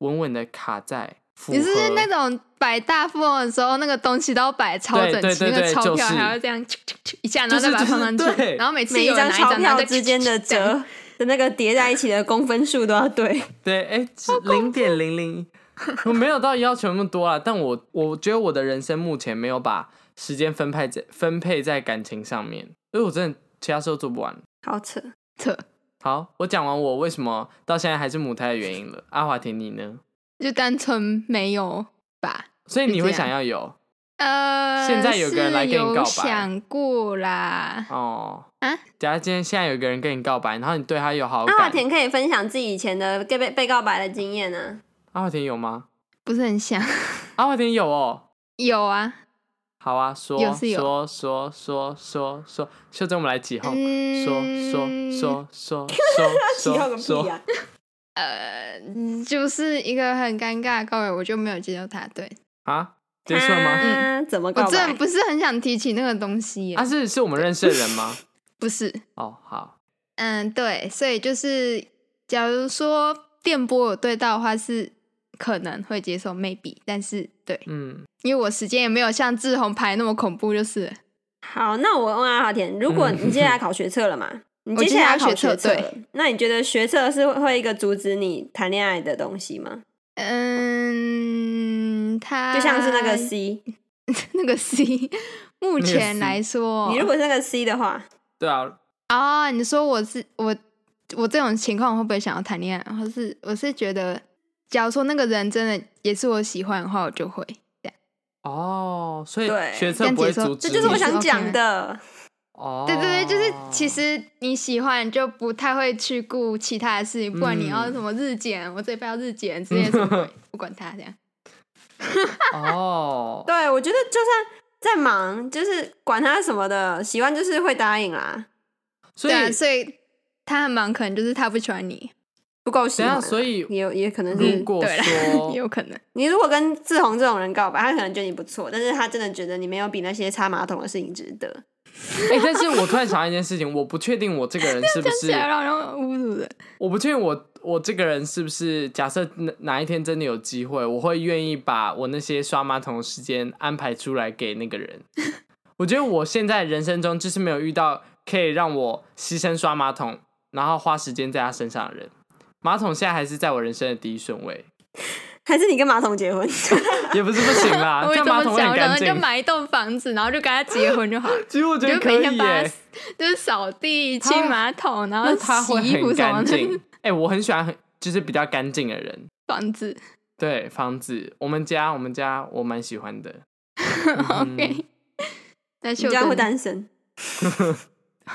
Speaker 2: 稳稳的卡在符合。
Speaker 1: 你是不是那种摆大富翁的时候，那个东西都要摆超整齐，
Speaker 2: 对对对
Speaker 1: 那个钞
Speaker 2: 就
Speaker 1: 票
Speaker 2: 是
Speaker 1: 还要这样啾啾啾一下，然后再把它放上去，
Speaker 2: 就是就是对
Speaker 1: 然后每次
Speaker 3: 每一
Speaker 1: 有人
Speaker 3: 张
Speaker 1: 拿
Speaker 3: 钞
Speaker 1: 张然后
Speaker 3: 票
Speaker 1: 再
Speaker 3: 之间的
Speaker 1: 啾啾啾这样
Speaker 3: 折的那个叠在一起的公分数都要对。
Speaker 2: 对，哎、零点零零， [LAUGHS] 我没有到要求那么多啊，但我我觉得我的人生目前没有把时间分配在分配在感情上面，因为我真的其他事都做不完。
Speaker 3: 好扯，
Speaker 1: 扯，
Speaker 2: 好，我讲完我为什么到现在还是母胎的原因
Speaker 1: [LAUGHS]
Speaker 2: 了。阿华田，你呢？
Speaker 1: 就单纯没有吧。
Speaker 2: 所以你会
Speaker 1: 就这样
Speaker 2: 想要有
Speaker 1: 呃，
Speaker 2: 现在有个人来跟你告
Speaker 1: 是有
Speaker 2: 白
Speaker 1: 想过啦，
Speaker 2: 哦
Speaker 1: 啊？
Speaker 2: 假如今天现在有个人跟你告白，然后你对他有好
Speaker 3: 阿华
Speaker 2: 感，
Speaker 3: 田可以分享自己以前的被被被告白的经验啊呢、
Speaker 2: 阿华田有吗？
Speaker 1: 不是很想。 [LAUGHS]
Speaker 2: 阿华田有哦。
Speaker 1: 有啊，
Speaker 2: 好啊，说
Speaker 1: 有是有
Speaker 2: 说说说说说，秀珍，我们来起哄，
Speaker 1: 嗯
Speaker 2: 说说说说说说说，！
Speaker 1: 呃，就是一个很尴尬的告白，我就没有接受他。对
Speaker 2: 啊，结束了吗？
Speaker 3: 他嗯怎么
Speaker 1: 我
Speaker 3: 告
Speaker 1: 真
Speaker 3: 白
Speaker 1: 的？不是很想提起那个东西耶，
Speaker 2: 啊，是是我们认识的人吗？
Speaker 1: 不是，
Speaker 2: 哦，好，
Speaker 1: 嗯，对，所以就是，假如说电波有对到的话，是可能会接受 maybe，但是对，
Speaker 2: 嗯，
Speaker 1: 因为我时间也没有像志宏排那么恐怖，就是了
Speaker 3: 好，那我问阿华田，如果你接下来考学测了嘛？你接下来考
Speaker 1: 我接下来考
Speaker 3: 学
Speaker 1: 学测
Speaker 3: 了，那你觉得学测是会一个阻止你谈恋爱的东西吗？
Speaker 1: 嗯，他
Speaker 3: 就像是那个 C，
Speaker 1: [LAUGHS] 那个 C，目
Speaker 2: 那个
Speaker 1: 前
Speaker 2: C
Speaker 1: 来说，
Speaker 3: 你如果是那个 C 的话，
Speaker 2: 对啊，
Speaker 1: 啊、你说我是我我这种情况会不会想要谈恋爱？或是我是觉得，假如说那个人真的也是我喜欢的话，我就会这样。
Speaker 2: 哦，所以
Speaker 3: 对
Speaker 2: 学测不会
Speaker 1: 跟姐说
Speaker 2: 阻止
Speaker 3: 这
Speaker 2: 你，
Speaker 3: 就是我想
Speaker 1: 你
Speaker 3: 讲的。
Speaker 2: 哦，
Speaker 1: 对对对，就是其实你喜欢就不太会去顾其他的事情，不管你要
Speaker 2: 嗯
Speaker 1: 什么日检，我这礼拜要日检之类的什么鬼，不管他这样。
Speaker 2: 哦，
Speaker 3: 对，我觉得就算在忙，就是管他什么的，喜欢就是会答应啦，
Speaker 2: 所
Speaker 1: 对
Speaker 2: 以
Speaker 1: 啊，所以他很忙，可能就是他不喜欢你，
Speaker 3: 不够喜
Speaker 2: 等一
Speaker 3: 欢
Speaker 2: 下，
Speaker 3: 啦。
Speaker 2: 所以
Speaker 3: 也有也可能
Speaker 2: 如
Speaker 3: 是
Speaker 2: 果
Speaker 1: 对啦
Speaker 2: 说
Speaker 1: 也有可能。
Speaker 3: 你如果跟志宏这种人告白，他可能觉得你不错，但是他真的觉得你没有比那些擦马桶的事情值得。
Speaker 2: 哎、但是我突然想到一件事情，我不确定我这个人是不
Speaker 1: 这样起
Speaker 2: 是，
Speaker 1: 来让人侮辱人。
Speaker 2: 我不确定我我这个人是不是，假设哪哪一天真的有机会，我会愿意把我那些刷马桶的时间安排出来给那
Speaker 1: [LAUGHS]
Speaker 2: 个人。我觉得我现在人生中就是没有遇到可以让我牺牲刷马桶，然后花时间在他身上的人。马桶现在还是在我人生的第一顺位，
Speaker 3: 还是你跟马桶结婚？ [LAUGHS]
Speaker 2: 也不是不行
Speaker 1: [LAUGHS]
Speaker 2: 啦，
Speaker 1: 我
Speaker 2: 啊这
Speaker 1: 也
Speaker 2: 样
Speaker 1: 这
Speaker 2: 马
Speaker 1: 么
Speaker 2: 桶会
Speaker 1: 想，
Speaker 2: 很
Speaker 1: 我想
Speaker 2: 干
Speaker 1: 说就
Speaker 2: 净。
Speaker 1: 买一栋房子，然后就跟他结婚就好了。
Speaker 2: 其实我觉
Speaker 1: 就
Speaker 2: 得可
Speaker 1: 每
Speaker 2: 以
Speaker 1: 天帮他
Speaker 2: 耶，
Speaker 1: [LAUGHS] 就是扫地、
Speaker 2: 他
Speaker 1: 清马桶，然
Speaker 2: 那
Speaker 1: 后
Speaker 2: 他会
Speaker 1: 洗衣服
Speaker 2: 很
Speaker 1: 什么
Speaker 2: 干净
Speaker 1: 的。。
Speaker 2: 哎、我很喜欢很就是比较干净的人。
Speaker 1: [LAUGHS] 房子
Speaker 2: 对，房子，我们家，我们家，我蛮喜欢的。嗯
Speaker 1: [LAUGHS] ，OK。那
Speaker 3: 你
Speaker 1: 秀
Speaker 3: 这样会
Speaker 1: 珍，
Speaker 3: 单身？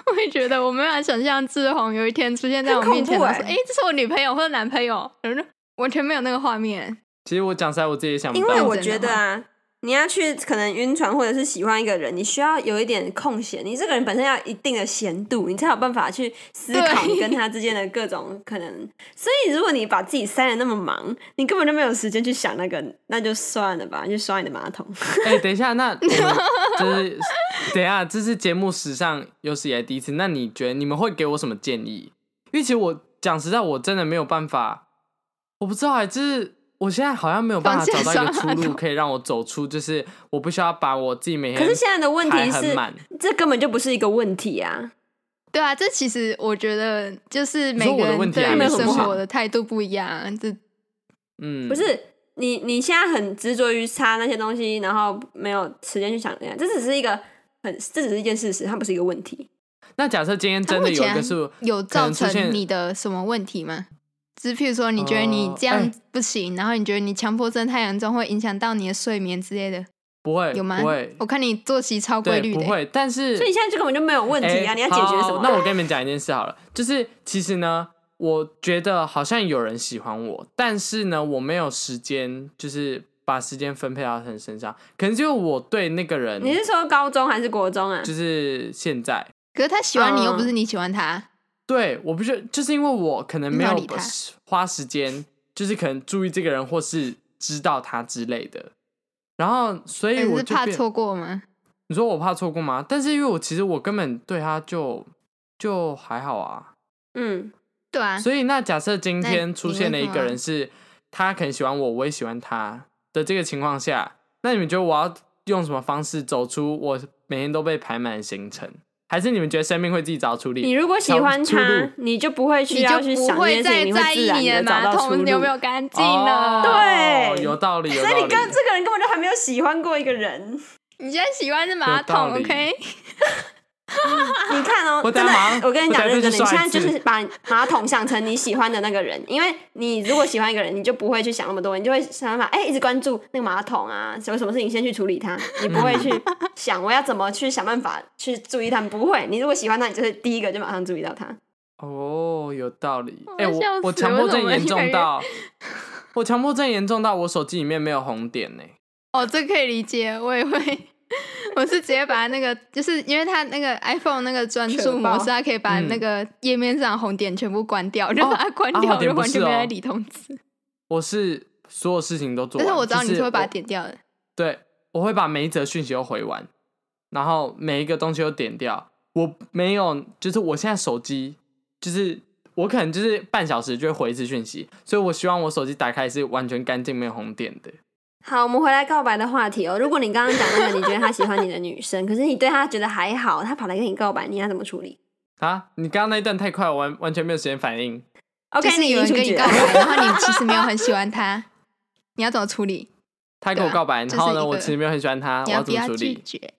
Speaker 1: 我会觉得我没法想象志宏有一天出现在我
Speaker 3: 很恐
Speaker 1: 面前，
Speaker 3: 怖
Speaker 1: 然后说：“
Speaker 3: 欸
Speaker 1: 哎，这是我女朋友或者男朋友。”然后就完全没有那个画面。
Speaker 2: 其实我讲实在，我自己也想不
Speaker 3: 因
Speaker 2: 到。
Speaker 3: 为我觉得啊，你要去可能晕船或者是喜欢一个人，你需要有一点空闲，你这个人本身要有一定的闲度，你才有办法去思考
Speaker 1: 对
Speaker 3: 你跟他之间的各种可能。所以如果你把自己塞得那么忙，你根本就没有时间去想那个，那就算了吧，你就刷你的马桶。
Speaker 2: [LAUGHS] 哎、等一下，
Speaker 3: [LAUGHS]
Speaker 2: 那我们就是等一下，这是节目史上有史以来第一次。那你觉得你们会给我什么建议？因为其实我讲实在，我真的没有办法，我不知道哎、就是我现在好像没有办法
Speaker 1: 放下
Speaker 2: 找到一个
Speaker 1: 伤
Speaker 2: 出
Speaker 1: 害
Speaker 2: 路，可以让我走出，就是我不需要把我自己每天
Speaker 3: [LAUGHS] 可是现在的问
Speaker 2: 排
Speaker 3: 题
Speaker 2: 很
Speaker 3: 是，
Speaker 2: 满。
Speaker 3: 这根本就不是一个问题啊！
Speaker 1: 对啊，这其实我觉得就是每
Speaker 2: 你
Speaker 1: 个
Speaker 2: 说我的
Speaker 1: 人
Speaker 2: 问题
Speaker 1: 对
Speaker 2: 啊
Speaker 1: 于
Speaker 3: 没有什
Speaker 1: 生
Speaker 3: 么
Speaker 1: 活的态度不一样。啊这
Speaker 2: 嗯，
Speaker 3: 不是你你现在很执着于擦那些东西，然后没有时间去想这样，这只是一个很，这只是一件事实，它不是一个问题。
Speaker 2: 那假设今天真的有一个是
Speaker 1: 目前有
Speaker 2: 可
Speaker 1: 造
Speaker 2: 能出
Speaker 1: 成
Speaker 2: 现
Speaker 1: 你的什么问题吗？只譬如说，你觉得你
Speaker 2: 呃
Speaker 1: 这样
Speaker 2: 哎
Speaker 1: 不行，然后你觉得你强迫症太严重，会影响到你的睡眠之类的，
Speaker 2: 不会
Speaker 1: 有吗
Speaker 2: 不会？
Speaker 1: 我看你作息超规
Speaker 2: 对
Speaker 1: 律的、欸
Speaker 2: 不会，但是
Speaker 3: 所以你现在就根本就没有问题啊！
Speaker 2: 哎
Speaker 3: 你要解决什
Speaker 2: 好
Speaker 3: 么？
Speaker 2: 那我跟你们讲一件事好了，就是其实呢，我觉得好像有人喜欢我，但是呢，我没有时间，就是把时间分配到他身上，可能就是我对那个人，
Speaker 3: 你是说高中还是国中啊？
Speaker 2: 就是现在。
Speaker 1: 可是他喜欢你，
Speaker 3: 嗯
Speaker 1: 又不是你喜欢他。
Speaker 2: 对我不是，就是因为我可能没
Speaker 1: 没
Speaker 2: 有
Speaker 1: 有理他
Speaker 2: 花时间，就是可能注意这个人，或是知道他之类的。然后，所以
Speaker 1: 你
Speaker 2: 我
Speaker 1: 嗯是
Speaker 2: 就
Speaker 1: 怕
Speaker 2: 变
Speaker 1: 错过吗？
Speaker 2: 你说我怕错过吗？但是因为我其实我根本对他就就还好啊，
Speaker 3: 嗯，
Speaker 1: 对啊，
Speaker 2: 所以那假设今天出现了一个
Speaker 1: 那你为
Speaker 2: 人是，他很喜欢我，我也喜欢他的这个情况下，那你们觉得我要用什么方式走出我每天都被排满的行程？还是你们觉得生命会自己找出哦
Speaker 3: 你
Speaker 2: 理？
Speaker 3: 如果喜欢
Speaker 2: 找出
Speaker 3: 他
Speaker 2: 路，
Speaker 3: 你就不会需
Speaker 1: 你
Speaker 3: 要
Speaker 1: 就
Speaker 3: 去
Speaker 1: 不
Speaker 3: 想
Speaker 1: 会
Speaker 3: 这件
Speaker 1: 再
Speaker 3: 事情，你会
Speaker 1: 在
Speaker 3: 自
Speaker 1: 意
Speaker 3: 然
Speaker 1: 你
Speaker 3: 地找
Speaker 1: 马
Speaker 3: 到出
Speaker 1: 桶
Speaker 3: 路。
Speaker 1: 有没有干净了。
Speaker 2: 哦
Speaker 3: 对
Speaker 2: 有道理，有
Speaker 3: 所以
Speaker 2: 道
Speaker 3: 你
Speaker 2: 理。
Speaker 3: 跟这 [LAUGHS] 个人根本就还没有喜欢过一个人。
Speaker 1: 你现在喜欢是马
Speaker 2: 有道
Speaker 1: 桶
Speaker 2: 理
Speaker 1: ，OK？
Speaker 3: 你看哦，
Speaker 2: 我等
Speaker 3: 真
Speaker 2: 下马上
Speaker 3: 的，我跟你
Speaker 2: 我
Speaker 3: 讲，
Speaker 2: 等下
Speaker 3: 认真的，
Speaker 2: 就去
Speaker 3: 你现
Speaker 2: 刷
Speaker 3: 在
Speaker 2: 一次
Speaker 3: 就是把马桶想成你喜欢的那个人，因为你如果喜欢一个人，你就不会去想那么多，你就会想办法，哎、一直关注那个马桶啊，有什么事情先去处理它，你不会
Speaker 2: [LAUGHS]
Speaker 3: 去想我要怎么去想办法去注意他们，不会。你如果喜欢他，你就是第一个就马上注意到他。
Speaker 2: 哦，有道理。
Speaker 1: 我
Speaker 2: 哎、
Speaker 1: 要笑
Speaker 2: 我我
Speaker 1: 死
Speaker 2: 强
Speaker 1: 我
Speaker 2: 迫
Speaker 1: 怎
Speaker 2: 症
Speaker 1: 么
Speaker 2: 严
Speaker 1: 越来
Speaker 2: 重
Speaker 1: 越
Speaker 2: 到，我强迫症严重到我手机里面没有红点呢、
Speaker 1: 哦，这可以理解，我也会。 [LAUGHS] 我是直接把那个，就是因为它那个 iPhone 那个专注模式，
Speaker 3: 扯爆
Speaker 1: 它可以把
Speaker 2: 嗯
Speaker 1: 那个页面上的红点全部关掉，就把它关
Speaker 2: 啊
Speaker 1: 掉，
Speaker 2: 我
Speaker 1: 就
Speaker 2: 点不
Speaker 1: 完全
Speaker 2: 是
Speaker 1: 没
Speaker 2: 哦
Speaker 1: 在理通知。
Speaker 2: 我是所有事情都做
Speaker 1: 但
Speaker 2: 完，
Speaker 1: 是我知道
Speaker 2: 啊就
Speaker 1: 你是会把它
Speaker 2: 我
Speaker 1: 点掉的。
Speaker 2: 对，我会把每一则讯息都回完，然后每一个东西都点掉。我没有，就是我现在手机，就是我可能就是半小时就会回一次讯息，所以我希望我手机打开是完全干净、没有红点的。
Speaker 3: 好，我们回来告白的话题哦。如果你刚刚讲那个你觉得他喜欢你的女生，可 [LAUGHS] 是你对他觉得还好，他跑来跟你告白，你要怎么处理
Speaker 2: 啊，你刚刚那一段太快，我完完全没有时间反应。
Speaker 3: ？OK，
Speaker 1: 就是
Speaker 3: 你
Speaker 1: 有
Speaker 3: 已
Speaker 1: 人
Speaker 3: 经
Speaker 1: 跟
Speaker 3: 出
Speaker 1: 你
Speaker 3: 局
Speaker 1: 告白，
Speaker 3: 了。
Speaker 1: 然后你其实没有很喜欢他，你要怎么处
Speaker 2: [LAUGHS]
Speaker 1: 理？
Speaker 2: 他跟我
Speaker 1: 对啊
Speaker 2: 告白，
Speaker 1: 这
Speaker 2: 然后
Speaker 1: 是
Speaker 2: 呢，
Speaker 1: 一
Speaker 2: 我
Speaker 1: 个
Speaker 2: 其实没有很喜欢他，我
Speaker 1: 你
Speaker 2: 要
Speaker 1: 不
Speaker 2: 怎么
Speaker 1: 要
Speaker 2: 处
Speaker 1: 拒
Speaker 2: 理？
Speaker 1: 绝？ [LAUGHS]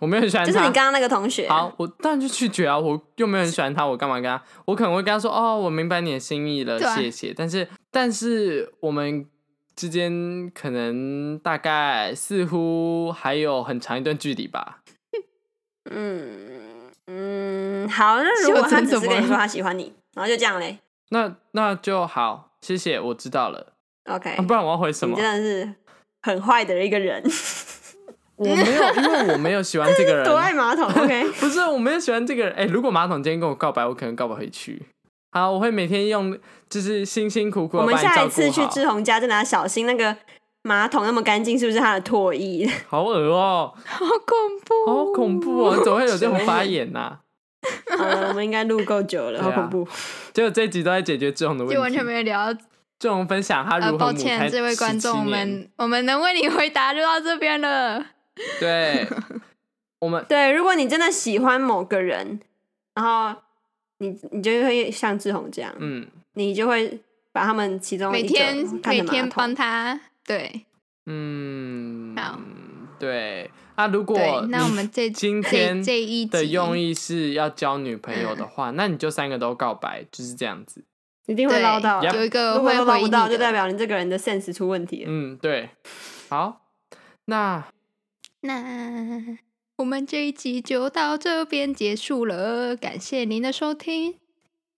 Speaker 2: 我没有很喜欢
Speaker 3: 就
Speaker 2: 他。
Speaker 3: 是你刚刚那个同学，
Speaker 2: 好，我当然就拒绝啊！我又没有很喜欢他，我干嘛跟他？我可能会跟他说：“哦，我明白你的心意了，
Speaker 1: 对啊
Speaker 2: 谢谢。”但是，但是我们之间可能大概似乎还有很长一段距离吧。
Speaker 3: 嗯，嗯，好，那如果他只是跟你说他喜欢你，然后就这样嘞
Speaker 2: 那那就好，谢谢，我知道了。
Speaker 3: ，OK，、
Speaker 2: 啊、不然我要回什
Speaker 3: 哎你
Speaker 2: 么？
Speaker 3: 真的是很坏的一个人，
Speaker 2: 我没有，因为我没有喜欢这
Speaker 3: [LAUGHS]
Speaker 2: 个人。
Speaker 3: 多爱马桶，OK，
Speaker 2: [LAUGHS] 不是，我没有喜欢这个人。哎、如果马桶今天跟我告白，我可能告白回去。好，我会每天用，就是辛辛苦苦
Speaker 3: 我
Speaker 2: 的把
Speaker 3: 们
Speaker 2: 你照顾好。
Speaker 3: 下一次去志宏家真的要小心那个马桶那么干净，是不是他的唾液？ [LAUGHS]
Speaker 2: 好恶哦、
Speaker 1: 好恐怖！
Speaker 2: 好恐怖哦、怎么会有这种发言啊呐、
Speaker 3: 好了，我们应该录够久了，
Speaker 2: 对
Speaker 3: 好
Speaker 2: 啊
Speaker 3: 恐怖。
Speaker 2: 结果这一集都在解决志宏的问题，
Speaker 1: 就完全没有聊到。
Speaker 2: 志宏分享他
Speaker 1: 呃，
Speaker 2: 如
Speaker 1: 抱
Speaker 2: 何母胎、
Speaker 1: 歉，这位观众，我们我们能为你回答就到这边了。 [LAUGHS]
Speaker 2: 对，我们
Speaker 3: 对，如果你真的喜欢某个人，然后你你就会像志宏这样，
Speaker 2: 嗯
Speaker 3: 你就会把他们其中
Speaker 1: 每
Speaker 3: 一个
Speaker 1: 天
Speaker 3: 看
Speaker 1: 每
Speaker 3: 着马
Speaker 1: 天
Speaker 3: 桶
Speaker 1: 帮他，对
Speaker 2: 嗯
Speaker 1: 好，
Speaker 2: 对啊，如果
Speaker 1: 对。那我
Speaker 2: 你
Speaker 1: 们这
Speaker 2: 今
Speaker 1: 这
Speaker 2: 天
Speaker 1: 这一集嗯
Speaker 2: 的用意是要交女朋友的话，那你就三个都告白，就是这样子。
Speaker 3: 一定会啊
Speaker 1: 对
Speaker 3: 捞到，
Speaker 1: 有一个
Speaker 3: 如果
Speaker 1: 会回
Speaker 3: 都捞
Speaker 1: 你
Speaker 3: 不到，就代
Speaker 1: 的。
Speaker 3: 表你这个人的 sense 出问题了。
Speaker 2: 嗯，对，好，那
Speaker 1: 那我们这一集就到这边结束了，感谢您的收听，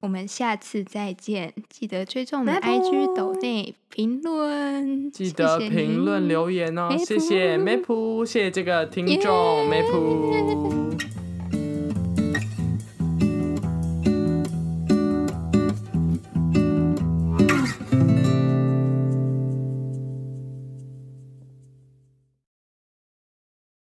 Speaker 1: 我们下次再见，记得追踪我们
Speaker 3: 拜拜
Speaker 1: IG 抖内评论，
Speaker 2: 记得
Speaker 1: 谢谢
Speaker 2: 评论
Speaker 1: 您
Speaker 2: 留言哦，
Speaker 1: 梅
Speaker 2: 谢谢
Speaker 1: 普
Speaker 2: 梅普，谢谢这个听众
Speaker 1: 耶
Speaker 2: 梅普。